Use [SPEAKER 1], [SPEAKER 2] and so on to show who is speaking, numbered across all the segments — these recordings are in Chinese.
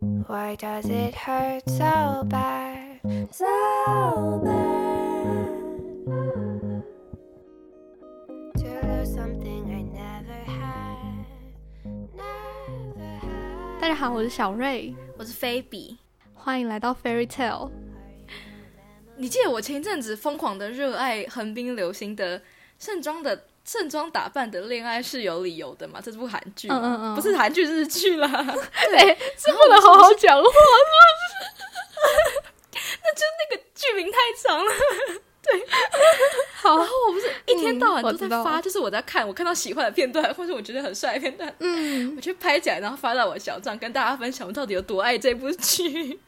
[SPEAKER 1] Why does it hurt so bad?
[SPEAKER 2] So bad.
[SPEAKER 1] To lose something I never had. Never
[SPEAKER 3] 大家好，我是小瑞，
[SPEAKER 2] 我是菲比。
[SPEAKER 3] 欢迎来到 Fairy Tale。
[SPEAKER 2] 你记得我前一阵子疯狂的热爱横滨流行的盛装的盛装打扮的恋爱是有理由的吗？这部韩剧，
[SPEAKER 3] 嗯嗯嗯
[SPEAKER 2] 不是韩剧，日剧啦。
[SPEAKER 3] 对，
[SPEAKER 2] 哎
[SPEAKER 3] 是不能好好讲话。
[SPEAKER 2] 剧名太长了，
[SPEAKER 3] 好，
[SPEAKER 2] 我不是一天到晚
[SPEAKER 3] 嗯
[SPEAKER 2] 都在
[SPEAKER 3] 我知道
[SPEAKER 2] 发，就是我在看，我看到喜欢的片段，或是我觉得很帅的片段，
[SPEAKER 3] 嗯，
[SPEAKER 2] 我去拍起来，然后发到我的小账，跟大家分享我到底有多爱这部剧，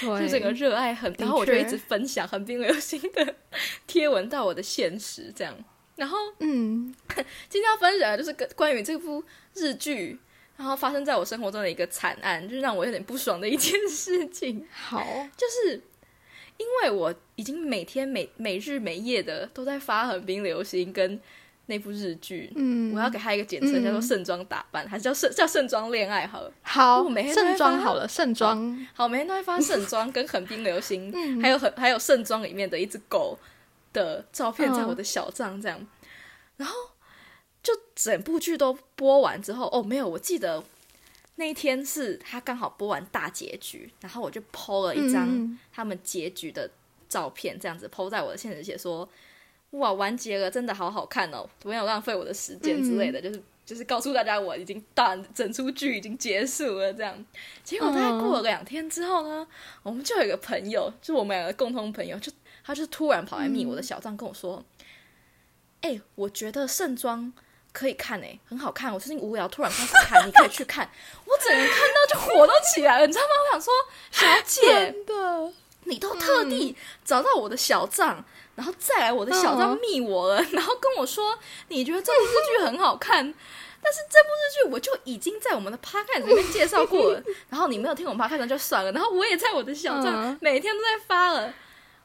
[SPEAKER 2] 就
[SPEAKER 3] 对，
[SPEAKER 2] 整个热爱很，
[SPEAKER 3] 的
[SPEAKER 2] 然后我就
[SPEAKER 3] 确
[SPEAKER 2] 一直分享横滨流行的 贴文到我的现实这样，然后
[SPEAKER 3] 嗯，
[SPEAKER 2] 今天要分享的就是跟关于这部日剧，然后发生在我生活中的一个惨案，就是让我有点不爽的一件事情，
[SPEAKER 3] 好，
[SPEAKER 2] 就是因为我已经每天每每日每夜的都在发横滨流行跟那部日剧，
[SPEAKER 3] 嗯，
[SPEAKER 2] 我要给他一个简称，
[SPEAKER 3] 嗯
[SPEAKER 2] 叫做盛装打扮，还是叫盛叫盛装恋爱好了。
[SPEAKER 3] 好
[SPEAKER 2] 我每天都在
[SPEAKER 3] 盛装
[SPEAKER 2] 发
[SPEAKER 3] 好了，盛装，
[SPEAKER 2] 好，每天都在发盛装跟横滨流行，
[SPEAKER 3] 嗯
[SPEAKER 2] 还有很还有盛装里面的一只狗的照片在我的小账这样，然后就整部剧都播完之后，哦，没有，我记得那一天是他刚好播完大结局，然后我就 PO 了一张
[SPEAKER 3] 嗯
[SPEAKER 2] 他们结局的照片，这样子 PO 在我的现实写说，哇，完结了，真的好好看哦，没有浪费我的时间之类的，就是。就是告诉大家，我已经大整出剧已经结束了，这样。结果大概过了两天之后呢，我们就有一个朋友，就是我们两个共同朋友，就他就突然跑来密我的小账跟我说：“哎、我觉得盛装可以看哎、很好看，我最近无聊，突然开始看，你可以去看。”我整个人看到就火都起来了，你知道吗？我想说，小姐，
[SPEAKER 3] 真的，
[SPEAKER 2] 你都特地找到我的小账，然后再来我的小账
[SPEAKER 3] 嗯
[SPEAKER 2] 密我了，然后跟我说你觉得这部日剧很好看，但是这部日剧我就已经在我们的 podcast 里面介绍过了，然后你没有听我们 podcast 那就算了，然后我也在我的小账、
[SPEAKER 3] 嗯
[SPEAKER 2] 每天都在发了，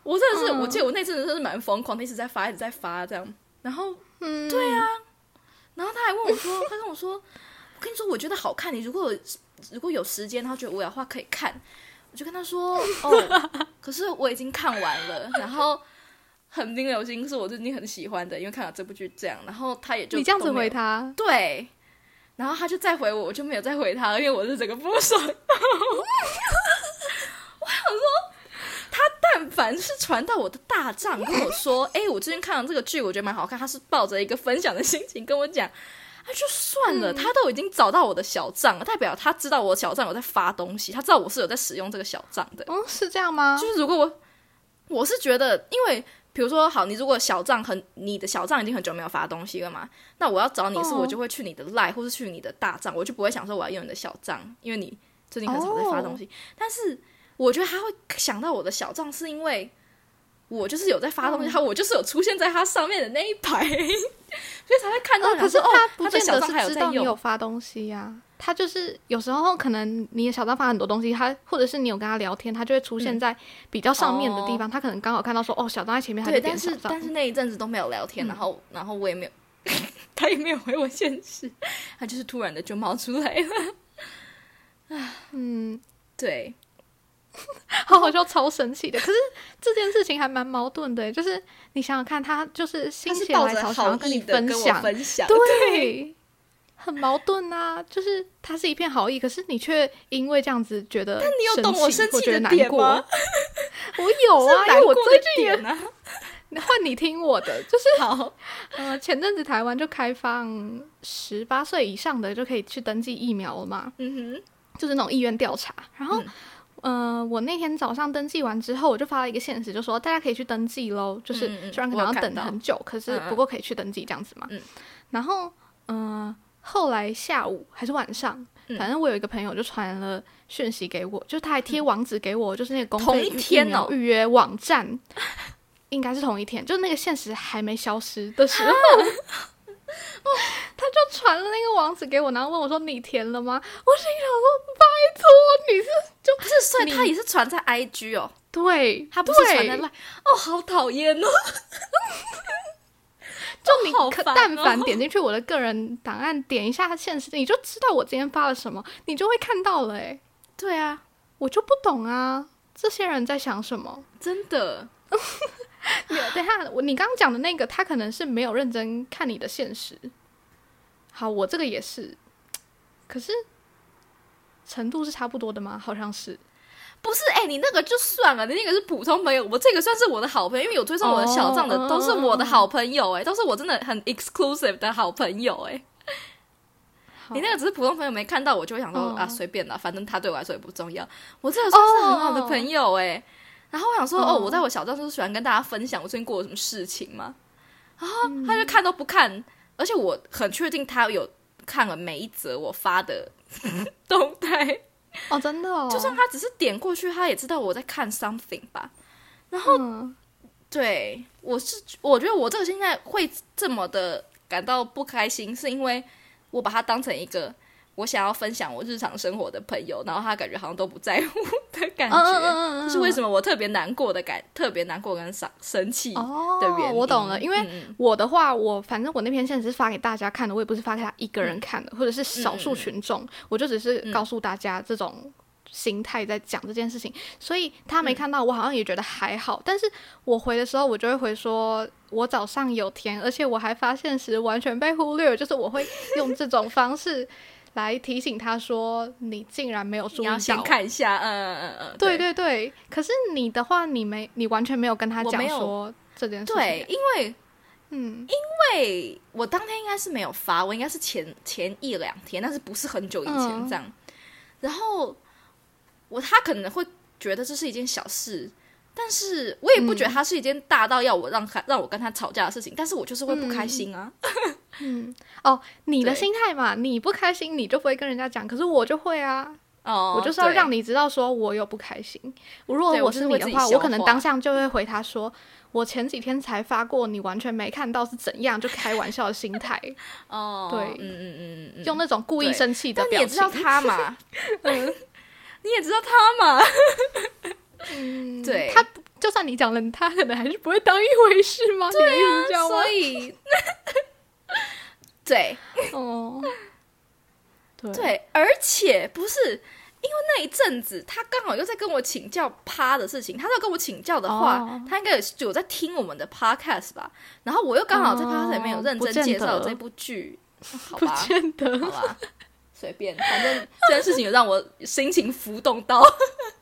[SPEAKER 2] 我真的是，
[SPEAKER 3] 嗯
[SPEAKER 2] 我记得我那阵子真的是蛮疯狂的，一直在发，一直在发这样，然后
[SPEAKER 3] 嗯，对啊，
[SPEAKER 2] 然后他还问我说，他跟我说，我跟你说，我觉得好看，你如果有如果有时间，然后觉得无聊的话可以看。我就跟他说，哦，可是我已经看完了。然后《横滨流星》是我最近很喜欢的，因为看了这部剧这样。然后他也就
[SPEAKER 3] 你这样子
[SPEAKER 2] 都没有
[SPEAKER 3] 回，他，
[SPEAKER 2] 对。然后他就再回我，我就没有再回他了，因为我是整个不 爽。我想说，他但凡是传到我的大账跟我 说，哎、我最近看了这个剧，我觉得蛮好看。他是抱着一个分享的心情跟我讲，他就算了，他都已经找到我的小账了，代表他知道我小账有在发东西，他知道我是有在使用这个小账的。
[SPEAKER 3] 哦，是这样吗？
[SPEAKER 2] 就是如果我我是觉得，因为比如说，好，你如果小账很你的小账已经很久没有发东西了嘛，那我要找你是
[SPEAKER 3] 哦
[SPEAKER 2] 我就会去你的 line 或是去你的大账，我就不会想说我要用你的小账，因为你最近很少在发东西。但是我觉得他会想到我的小账，是因为我就是有在发东西，
[SPEAKER 3] 嗯
[SPEAKER 2] 他、我就是有出现在他上面的那一排， 所以才会看到、
[SPEAKER 3] 呃，可是
[SPEAKER 2] 想说哦
[SPEAKER 3] 不
[SPEAKER 2] 他的
[SPEAKER 3] 见
[SPEAKER 2] 小
[SPEAKER 3] 得
[SPEAKER 2] 账还
[SPEAKER 3] 是知
[SPEAKER 2] 在
[SPEAKER 3] 道你
[SPEAKER 2] 用。
[SPEAKER 3] 有发东西呀、他就是有时候可能你的小账发很多东西，他或者是你有跟他聊天，他就会出
[SPEAKER 2] 嗯
[SPEAKER 3] 现在比较上面的地方。他可能刚好看到说，哦，小账在前面，他就
[SPEAKER 2] 对，
[SPEAKER 3] 点
[SPEAKER 2] 但
[SPEAKER 3] 小
[SPEAKER 2] 是
[SPEAKER 3] 账
[SPEAKER 2] 但。是那一阵子都没有聊天，然后然后我也没有， 他也没有回我现实，他就是突然的就冒出来了。
[SPEAKER 3] 嗯，
[SPEAKER 2] 对，
[SPEAKER 3] 好好笑，超神奇的。可是这件事情还蛮矛盾的，欸就是你想想看，他就是心
[SPEAKER 2] 他是
[SPEAKER 3] 血
[SPEAKER 2] 抱
[SPEAKER 3] 来
[SPEAKER 2] 着
[SPEAKER 3] 潮想
[SPEAKER 2] 好
[SPEAKER 3] 要
[SPEAKER 2] 意
[SPEAKER 3] 你
[SPEAKER 2] 的跟我
[SPEAKER 3] 享，
[SPEAKER 2] 分享，
[SPEAKER 3] 对，很矛盾啊。就是他是一片好意，可是你却因为这样子觉得，但
[SPEAKER 2] 你有懂我生
[SPEAKER 3] 气或
[SPEAKER 2] 气
[SPEAKER 3] 觉
[SPEAKER 2] 的
[SPEAKER 3] 得难
[SPEAKER 2] 点
[SPEAKER 3] 过？
[SPEAKER 2] 吗？
[SPEAKER 3] 我有啊，因
[SPEAKER 2] 难
[SPEAKER 3] 为
[SPEAKER 2] 哦过
[SPEAKER 3] 我最
[SPEAKER 2] 的
[SPEAKER 3] 近也
[SPEAKER 2] 点啊，
[SPEAKER 3] 换你听我的，就是
[SPEAKER 2] 好，
[SPEAKER 3] 呃，前阵子台湾就开放十八岁以上的就可以去登记疫苗了嘛，
[SPEAKER 2] 嗯
[SPEAKER 3] 就是那种意愿调查。然后，呃，我那天早上登记完之后，我就发了一个现实，就说大家可以去登记喽，就是
[SPEAKER 2] 嗯嗯嗯
[SPEAKER 3] 虽然可
[SPEAKER 2] 我有
[SPEAKER 3] 能要
[SPEAKER 2] 看
[SPEAKER 3] 等
[SPEAKER 2] 到
[SPEAKER 3] 很久，可是
[SPEAKER 2] 嗯嗯
[SPEAKER 3] 不过可以去登记这样子嘛。
[SPEAKER 2] 嗯
[SPEAKER 3] 然后，呃，后来下午还是晚上，
[SPEAKER 2] 嗯
[SPEAKER 3] 反正我有一个朋友就传了讯息给我，就他还贴网址给我，就是那个公
[SPEAKER 2] 同
[SPEAKER 3] 费
[SPEAKER 2] 一
[SPEAKER 3] 疫
[SPEAKER 2] 天
[SPEAKER 3] 苗
[SPEAKER 2] 哦
[SPEAKER 3] 预约网站。 应该是同一天，就那个现实还没消失的时候，
[SPEAKER 2] 啊
[SPEAKER 3] 哦他就传了那个网址给我，然后问我说：“你填了吗？”我心想说：“拜托，你是
[SPEAKER 2] 就不是，所以
[SPEAKER 3] 你
[SPEAKER 2] 他也是传在 IG 哦，
[SPEAKER 3] 对，
[SPEAKER 2] 他不是
[SPEAKER 3] 对
[SPEAKER 2] 传在 Line 哦，好讨厌 哦，
[SPEAKER 3] 就你
[SPEAKER 2] 好
[SPEAKER 3] 可
[SPEAKER 2] 烦
[SPEAKER 3] 但
[SPEAKER 2] 哦
[SPEAKER 3] 凡点进去我的个人档案，点一下现实，你就知道我今天发了什么，你就会看到了、欸。
[SPEAKER 2] 对啊，
[SPEAKER 3] 我就不懂啊，这些人在想什么？
[SPEAKER 2] 真的，
[SPEAKER 3] 没有等一下，我你刚刚讲的那个，他可能是没有认真看你的现实。好，我这个也是，可是程度是差不多的吗？好像是。
[SPEAKER 2] 不是哎、你那个就算了，你那个是普通朋友，我这个算是我的好朋友，因为有追踪我的小账的、
[SPEAKER 3] 哦
[SPEAKER 2] 都是我的好朋友哎、都是我真的很 exclusive 的好朋友哎、
[SPEAKER 3] 好
[SPEAKER 2] 你那个只是普通朋友没看到，我就会想说、
[SPEAKER 3] 哦
[SPEAKER 2] 啊，随便啦，反正他对我来说也不重要。我这个算是很好的朋友哎、然后我想说，哦，
[SPEAKER 3] 哦
[SPEAKER 2] 我在我小账就是喜欢跟大家分享我最近过了什么事情嘛。然后他就看都不看，而且我很确定他有看了每一则我发的动态。
[SPEAKER 3] 哦，真的哦，
[SPEAKER 2] 就算他只是点过去，他也知道我在看 something 吧。
[SPEAKER 3] 嗯
[SPEAKER 2] 对，我是我觉得我这个现在会这么的感到不开心，是因为我把他当成一个我想要分享我日常生活的朋友，然后他感觉好像都不在乎的感
[SPEAKER 3] 嗯
[SPEAKER 2] 觉，
[SPEAKER 3] 嗯嗯嗯，
[SPEAKER 2] 这是为
[SPEAKER 3] 么
[SPEAKER 2] 什么我特别难过的感，特别难过跟生生气的
[SPEAKER 3] 哦
[SPEAKER 2] 原因。
[SPEAKER 3] 我懂了，因为
[SPEAKER 2] 嗯
[SPEAKER 3] 我的话，我反正我那篇现实是发给大家看的，我也不是发给他一个人看的，或者是少数群
[SPEAKER 2] 嗯
[SPEAKER 3] 众，我就只是告诉大家这种心态在讲这件事情，所以他没看到，我好像也觉得还好。但是我回的时候，我就会回说，我早上有填，而且我还发现时完全被忽略，就是我会用这种方式来提醒他说，你竟然没有注意
[SPEAKER 2] 你要先
[SPEAKER 3] 到。
[SPEAKER 2] 看一下，嗯嗯嗯嗯，
[SPEAKER 3] 对对对，可是你的话，你没，你完全没有跟他
[SPEAKER 2] 我
[SPEAKER 3] 讲
[SPEAKER 2] 没有
[SPEAKER 3] 说这件事情。
[SPEAKER 2] 对，，因为
[SPEAKER 3] 嗯，
[SPEAKER 2] 对，我当天应该是没有发，我应该是前前一两天，但是不是很久以前
[SPEAKER 3] 嗯
[SPEAKER 2] 这样。然后我他可能会觉得这是一件小事，但是我也不
[SPEAKER 3] 嗯
[SPEAKER 2] 觉得它是一件大到要我让他让我跟他吵架的事情，但是我就是会不开心啊。
[SPEAKER 3] 嗯，哦，你的
[SPEAKER 2] 对
[SPEAKER 3] 心态嘛，你不开心你就不会跟人家讲，可是我就会啊，
[SPEAKER 2] 哦，
[SPEAKER 3] 我就是要
[SPEAKER 2] 对
[SPEAKER 3] 让你知道说我有不开心。如果
[SPEAKER 2] 对我
[SPEAKER 3] 我
[SPEAKER 2] 是
[SPEAKER 3] 是
[SPEAKER 2] 会
[SPEAKER 3] 你的
[SPEAKER 2] 自己
[SPEAKER 3] 话，
[SPEAKER 2] 消
[SPEAKER 3] 我可能
[SPEAKER 2] 化
[SPEAKER 3] 当下就会回他说，我前几天才发过，你完全没看到是怎样，就开玩笑的心态，
[SPEAKER 2] 哦，
[SPEAKER 3] 对
[SPEAKER 2] 嗯嗯 嗯嗯嗯，
[SPEAKER 3] 用那种故意
[SPEAKER 2] 对
[SPEAKER 3] 生气的
[SPEAKER 2] 但你
[SPEAKER 3] 表
[SPEAKER 2] 也
[SPEAKER 3] 情
[SPEAKER 2] 知。道 他嘛， 你也知道他嘛，
[SPEAKER 3] 嗯
[SPEAKER 2] 对
[SPEAKER 3] 他不就算你讲了，他可能还是不会当一回事吗？对啊，这样吗
[SPEAKER 2] 所？以 对。
[SPEAKER 3] 哦，对，
[SPEAKER 2] 对，而且不是因为那一阵子，他刚好又在跟我请教趴的事情。他在跟我请教的话，
[SPEAKER 3] 哦
[SPEAKER 2] 他应该有有在听我们的 podcast 吧？然后我又刚好在
[SPEAKER 3] 哦
[SPEAKER 2] podcast 里面有认
[SPEAKER 3] 不
[SPEAKER 2] 真
[SPEAKER 3] 见
[SPEAKER 2] 介绍
[SPEAKER 3] 得
[SPEAKER 2] 这部剧，哦好
[SPEAKER 3] 不
[SPEAKER 2] 吧，
[SPEAKER 3] 见得。
[SPEAKER 2] 好吧，随便，反正这件事情有让我心情浮动到，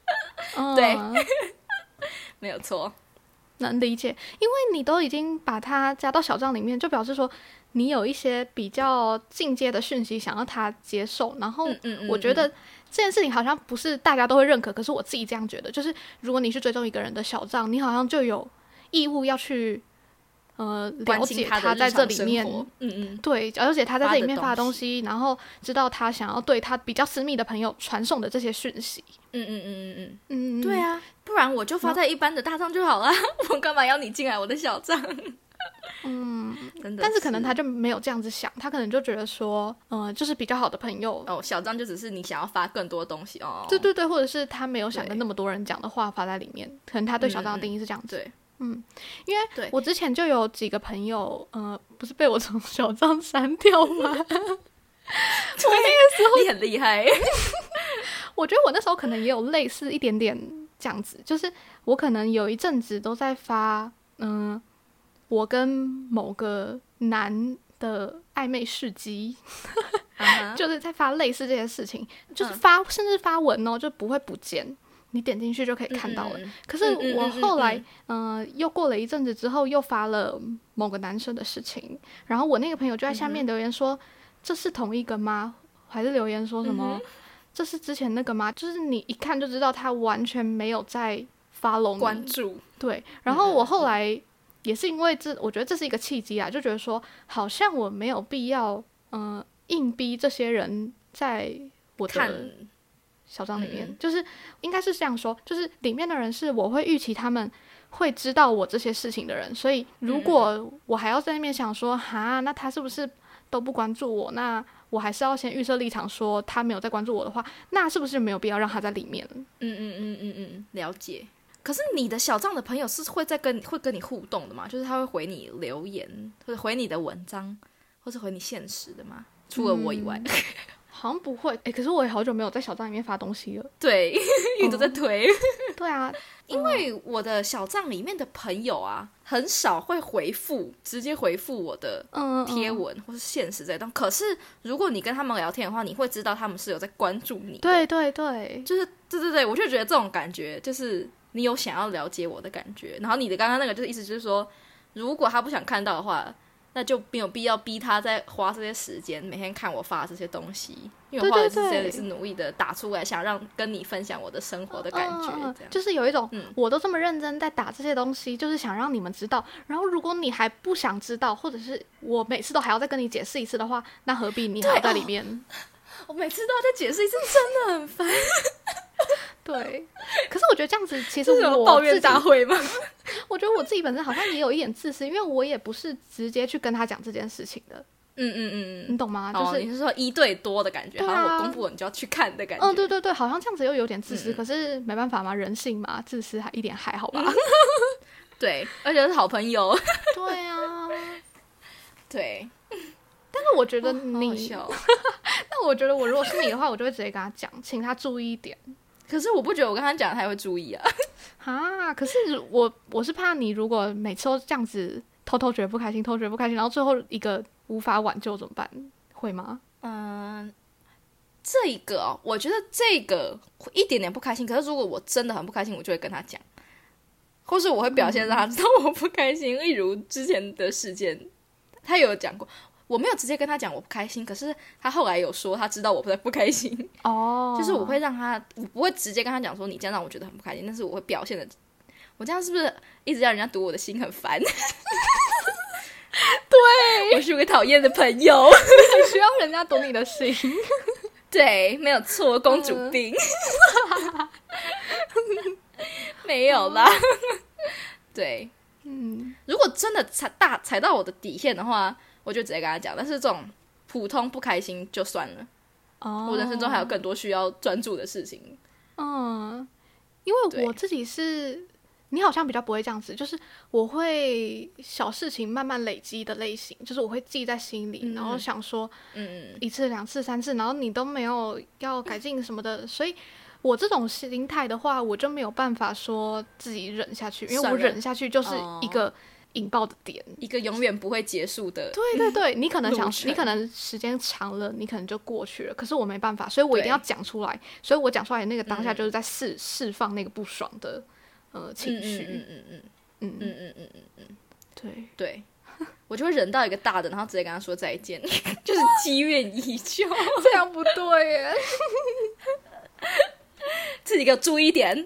[SPEAKER 2] 对
[SPEAKER 3] 嗯
[SPEAKER 2] 没有错。
[SPEAKER 3] 能理解，因为你都已经把它加到小账里面，就表示说你有一些比较进阶的讯息想要他接受。然后
[SPEAKER 2] 嗯嗯嗯，
[SPEAKER 3] 我觉得这件事情好像不是大家都会认可，可是我自己这样觉得，就是如果你去追踪一个人的小账，你好像就有义务要去呃
[SPEAKER 2] 嗯关
[SPEAKER 3] 了
[SPEAKER 2] 心
[SPEAKER 3] 解
[SPEAKER 2] 他的
[SPEAKER 3] 在
[SPEAKER 2] 日
[SPEAKER 3] 这
[SPEAKER 2] 常
[SPEAKER 3] 里
[SPEAKER 2] 生
[SPEAKER 3] 面。
[SPEAKER 2] 活嗯嗯，
[SPEAKER 3] 对，了解他在这里面
[SPEAKER 2] 发
[SPEAKER 3] 发的
[SPEAKER 2] 的东
[SPEAKER 3] 东西，然后知道他想要对他比较私密的朋友传送的这些讯息。
[SPEAKER 2] 嗯嗯嗯嗯
[SPEAKER 3] 嗯，
[SPEAKER 2] 嗯，对啊，不然我就发在一般的大账就好了， 我干嘛要你进来我的小账？
[SPEAKER 3] 嗯，
[SPEAKER 2] 真的，
[SPEAKER 3] 但是可能他就没有这样子想，他可能就觉得说，呃，就是比较好的朋友，
[SPEAKER 2] 哦，小张就只是你想要发更多东西哦。
[SPEAKER 3] 对对对，或者是他没有想跟
[SPEAKER 2] 对嗯
[SPEAKER 3] 那么多人讲的话发在里面，可能他对小张的定义是这样子。嗯
[SPEAKER 2] 对，对
[SPEAKER 3] 我之前就有几个朋友，呃，不是被我从小张删掉吗？
[SPEAKER 2] 你很厉害。
[SPEAKER 3] 我觉得我那时候可能也有类似一点点这样子，就是我可能有一阵子都在发，嗯、我跟某个男的暧昧事迹，啊
[SPEAKER 2] 就
[SPEAKER 3] 就是在发类似这些事情，就是
[SPEAKER 2] 嗯
[SPEAKER 3] 发、甚至发文哦，就不会不见，你点进去就可以看到了。可是
[SPEAKER 2] 嗯嗯嗯
[SPEAKER 3] 我
[SPEAKER 2] 嗯嗯
[SPEAKER 3] 后来，嗯、又过了一阵子之后，又发了某个男生的事情，然后我那个朋友就在
[SPEAKER 2] 嗯
[SPEAKER 3] 下面留言说：“这是同一个吗？”还是留言说什么
[SPEAKER 2] 嗯：“
[SPEAKER 3] 这是之前那个吗？”就是你一看就知道他完全没有在 follow 你
[SPEAKER 2] 关注，
[SPEAKER 3] 对，然后我后来也是因为这，我觉得这是一个契机啊，就觉得说好像我没有必要，嗯、硬逼这些人在我
[SPEAKER 2] 看
[SPEAKER 3] 的小张里面，
[SPEAKER 2] 嗯
[SPEAKER 3] 就是应该是这样说，就是里面的人是我会预期他们会知道我这些事情的人，所以如果我还要在那边想说，哈，那他是不是都不关注我？那我还是要先预设立场，说他没有在关注我的话，那是不是没有必要让他在里面了？
[SPEAKER 2] 嗯嗯嗯嗯嗯，了解。可是你的小账的朋友是会在跟会跟你互动的吗？就是他会回你留
[SPEAKER 3] 嗯
[SPEAKER 2] 言，或者回你的文章，或者回你现实的吗？除了我以外，
[SPEAKER 3] 好像不会，哎、可是我也好久没有在小站里面发东西了。
[SPEAKER 2] 对， 因为都在
[SPEAKER 3] 哦
[SPEAKER 2] 推。
[SPEAKER 3] 对啊，
[SPEAKER 2] 因为我的小账里面的朋友啊，很少会回复，直接回复我的
[SPEAKER 3] 嗯，嗯
[SPEAKER 2] 贴。文或是现实这一段。可是如果你跟他们聊天的话，你会知道他们是有在关注你。，
[SPEAKER 3] 对对对，
[SPEAKER 2] 就是对对对，我就觉得这种感觉就是你有想要了解我的感觉。然后你的刚刚那个就是意思就是说，如果他不想看到的话，那就没有必要逼他再花这些时间每天看我发的这些东西，因为我花的
[SPEAKER 3] 对对
[SPEAKER 2] 是
[SPEAKER 3] 对
[SPEAKER 2] 真的是努力的打出来，想让跟你分享我的生活的感觉，
[SPEAKER 3] 嗯嗯嗯
[SPEAKER 2] 这样。
[SPEAKER 3] 就是有一种、
[SPEAKER 2] 嗯
[SPEAKER 3] 我都这么认真在打这些东西，就是想让你们知道。然后如果你还不想知道，或者是我每次都还要再跟你解释一次的话，那何必你还
[SPEAKER 2] 哦
[SPEAKER 3] 要在里面？
[SPEAKER 2] 我每次都要再解释一次，真的很烦。
[SPEAKER 3] 对,、可是我觉得这样子，其实
[SPEAKER 2] 这是什么
[SPEAKER 3] 我
[SPEAKER 2] 抱怨
[SPEAKER 3] 自己
[SPEAKER 2] 大会吗？
[SPEAKER 3] 我觉得我自己本身好像也有一点自私，因为我也不是直接去跟他讲这件事情的，
[SPEAKER 2] 嗯嗯嗯嗯。
[SPEAKER 3] 你懂吗？就
[SPEAKER 2] 哦，
[SPEAKER 3] 是
[SPEAKER 2] 你是说一对哦多的感觉，
[SPEAKER 3] 对
[SPEAKER 2] 好
[SPEAKER 3] 啊
[SPEAKER 2] 像我公布了你就要去看的感觉。
[SPEAKER 3] 嗯，对对对，好像这样子又有点自私，
[SPEAKER 2] 嗯
[SPEAKER 3] 可是没办法嘛，人性嘛，自私还一点还好吧？
[SPEAKER 2] 对，而且是好朋友。
[SPEAKER 3] 对啊，
[SPEAKER 2] 对，
[SPEAKER 3] 但是我觉得
[SPEAKER 2] 好好
[SPEAKER 3] 你，
[SPEAKER 2] 笑哦。
[SPEAKER 3] 那我觉得我如果是你的话，我就会直接跟他讲，请他注意一点
[SPEAKER 2] 可是我不觉得我跟他讲，他也会注意啊。
[SPEAKER 3] 啊。可是如我我是怕你如果每次都这样子偷偷觉得不开心，偷偷觉得不开心，然后最后一个无法挽救怎么办？会吗？
[SPEAKER 2] 嗯，这一个哦，我觉得这个会一点点不开心。可是如果我真的很不开心，我就会跟他讲，或是我会表现让他知道我不开心。例如之前的事件，他有讲过，我没有直接跟他讲我不开心，可是他后来有说他知道我不在不开心，
[SPEAKER 3] 哦，
[SPEAKER 2] 就是我会让他，我不会直接跟他讲说你这样让我觉得很不开心，但是我会表现的，我这样是不是一直让人家读我的心很烦？ 对，我是个讨厌的朋友。
[SPEAKER 3] 需要人家懂你的心。
[SPEAKER 2] 对，没有错，公主病， 没有啦。 对，
[SPEAKER 3] 嗯，
[SPEAKER 2] 如果真的踩大踩到我的底线的话，我就直接跟他讲。但是这种普通不开心就算了，
[SPEAKER 3] 哦，
[SPEAKER 2] 我人生中还有更多需要专注的事情。
[SPEAKER 3] 嗯，因为我
[SPEAKER 2] 对
[SPEAKER 3] 自己是，你好像比较不会这样子，就是我会小事情慢慢累积的类型，就是我会记在心里，然后
[SPEAKER 2] 嗯
[SPEAKER 3] 想说
[SPEAKER 2] 嗯，
[SPEAKER 3] 一次、两次、三次，然后你都没有要改进什么的，所以我这种心态的话，我就没有办法说自己忍下去，因为
[SPEAKER 2] 算
[SPEAKER 3] 我
[SPEAKER 2] 了
[SPEAKER 3] 忍下去就是一
[SPEAKER 2] 哦
[SPEAKER 3] 个引爆的 点。
[SPEAKER 2] 一个永远不会结束的。
[SPEAKER 3] 对对对，你可能
[SPEAKER 2] 路
[SPEAKER 3] 想，你可
[SPEAKER 2] 程
[SPEAKER 3] 能时间长了，你可能就过去了。可是我没办法，所以我一定
[SPEAKER 2] 对
[SPEAKER 3] 要讲出来。所以我讲出来的那个当下，
[SPEAKER 2] 嗯
[SPEAKER 3] 就是在释、释放那个不爽的呃情绪。
[SPEAKER 2] 嗯嗯嗯
[SPEAKER 3] 嗯
[SPEAKER 2] 嗯嗯嗯嗯嗯，
[SPEAKER 3] 对，
[SPEAKER 2] 对。我就会忍到一个大的，然后直接跟他说再见， 就是积怨已久。
[SPEAKER 3] 这样不对耶，
[SPEAKER 2] 自己给我注意一点。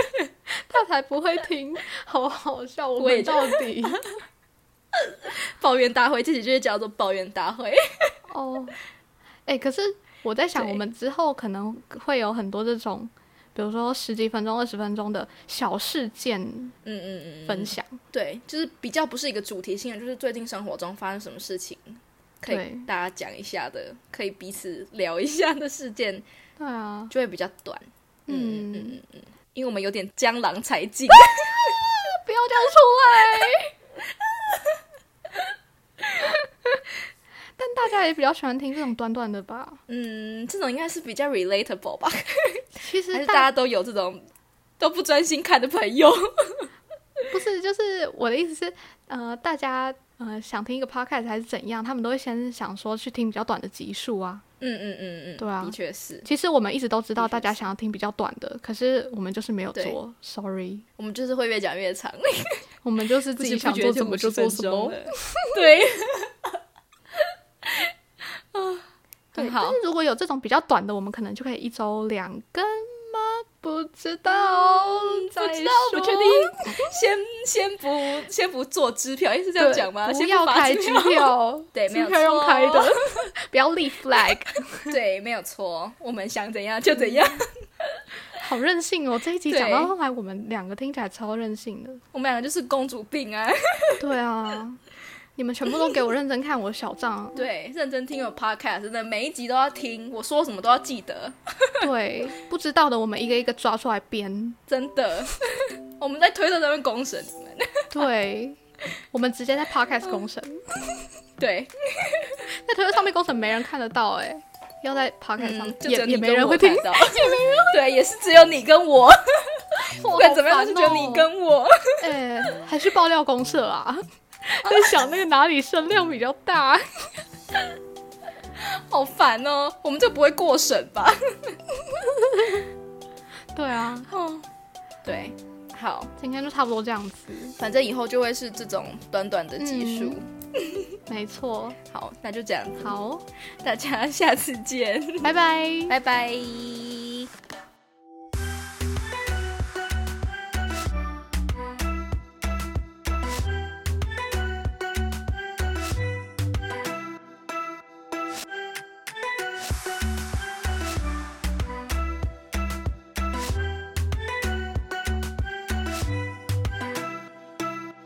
[SPEAKER 3] 他才不会听，好好笑。我
[SPEAKER 2] 我也
[SPEAKER 3] 们到底
[SPEAKER 2] 抱怨大会，这集就是叫做抱怨大会。
[SPEAKER 3] 哦，哎、可是我在想，我
[SPEAKER 2] 对
[SPEAKER 3] 们之后可能会有很多这种，比如说十几分钟、二十分钟的小事件
[SPEAKER 2] 嗯嗯嗯嗯，
[SPEAKER 3] 分享。
[SPEAKER 2] 对，就是比较不是一个主题性的，就是最近生活中发生什么事情，可以
[SPEAKER 3] 对
[SPEAKER 2] 大家讲一下的，可以彼此聊一下的事件，
[SPEAKER 3] 对啊，
[SPEAKER 2] 就会比较短。嗯嗯
[SPEAKER 3] 嗯
[SPEAKER 2] 嗯嗯，因为我们有点江郎才尽，
[SPEAKER 3] 不要这样哎出来。 但大家也比较喜欢听这种短短的吧？
[SPEAKER 2] 嗯，这种应该是比较 relatable 吧，
[SPEAKER 3] 其实
[SPEAKER 2] 还是大
[SPEAKER 3] 大
[SPEAKER 2] 家都有这种都不专心看的朋友。
[SPEAKER 3] 不是，就是我的意思是，呃，大家呃想听一个 podcast 还是怎样，他们都会先想说去听比较短的集数啊。
[SPEAKER 2] 嗯嗯嗯嗯，
[SPEAKER 3] 对啊
[SPEAKER 2] 的确是，
[SPEAKER 3] 其实我们一直都知道
[SPEAKER 2] 的确
[SPEAKER 3] 大家想要听比较短的，可是我们就是没有
[SPEAKER 2] 对
[SPEAKER 3] 做，sorry，
[SPEAKER 2] 我们就是会越讲越长，
[SPEAKER 3] 我们就是 自己想做什么就做什么。。
[SPEAKER 2] 对，
[SPEAKER 3] 对，
[SPEAKER 2] 很好
[SPEAKER 3] 但是如果有这种比较短的，我们可能就可以一周两更吗？不知道，
[SPEAKER 2] 嗯不
[SPEAKER 3] 再
[SPEAKER 2] 知道，不
[SPEAKER 3] 说
[SPEAKER 2] 确定。先先不先不做支票，诶是这样
[SPEAKER 3] 对
[SPEAKER 2] 讲吗？
[SPEAKER 3] 不
[SPEAKER 2] 先
[SPEAKER 3] 要
[SPEAKER 2] 发
[SPEAKER 3] 开
[SPEAKER 2] 支
[SPEAKER 3] 支
[SPEAKER 2] 票。
[SPEAKER 3] 票，
[SPEAKER 2] 对哎没
[SPEAKER 3] 支
[SPEAKER 2] 有
[SPEAKER 3] 票用
[SPEAKER 2] 错
[SPEAKER 3] 开的， 不要立 flag，
[SPEAKER 2] 对，没有错，我们想怎样就怎样。
[SPEAKER 3] 嗯好任性哦！这一集讲
[SPEAKER 2] 对
[SPEAKER 3] 到后来，我们两个听起来超任性的。
[SPEAKER 2] 我们两个就是公主病 啊！。
[SPEAKER 3] 对啊，你们全部都给我认真看我的小账
[SPEAKER 2] 对，认真听我 podcast，真的每一集都要听，我说什么都要记得，
[SPEAKER 3] 对，不知道的我们一个一个抓出来编。
[SPEAKER 2] 真 的。我们在推特上面公审你们，
[SPEAKER 3] 对，我们直接在 podcast 公审，
[SPEAKER 2] 对，
[SPEAKER 3] 在推特上面公审没人看得到哎、要在 podcast 上，
[SPEAKER 2] 嗯就只有
[SPEAKER 3] 也也
[SPEAKER 2] 你
[SPEAKER 3] 没
[SPEAKER 2] 跟
[SPEAKER 3] 人
[SPEAKER 2] 我
[SPEAKER 3] 会听
[SPEAKER 2] 看，到对，也是只有你跟我，不管怎么样，
[SPEAKER 3] 好
[SPEAKER 2] 都
[SPEAKER 3] 烦
[SPEAKER 2] 是只有你
[SPEAKER 3] 哦
[SPEAKER 2] 跟我。
[SPEAKER 3] 哎、还是爆料公社啊， 在想那个哪里声量比较大。
[SPEAKER 2] 好烦哦，我们就不会过审吧？
[SPEAKER 3] 对啊，
[SPEAKER 2] 嗯， 对，好，
[SPEAKER 3] 今天就差不多这样子，
[SPEAKER 2] 反正以后就会是这种短短的集数。
[SPEAKER 3] 嗯没错。
[SPEAKER 2] 好，那就这样子，
[SPEAKER 3] 好，
[SPEAKER 2] 大家下次见，
[SPEAKER 3] 拜拜。
[SPEAKER 2] 拜拜。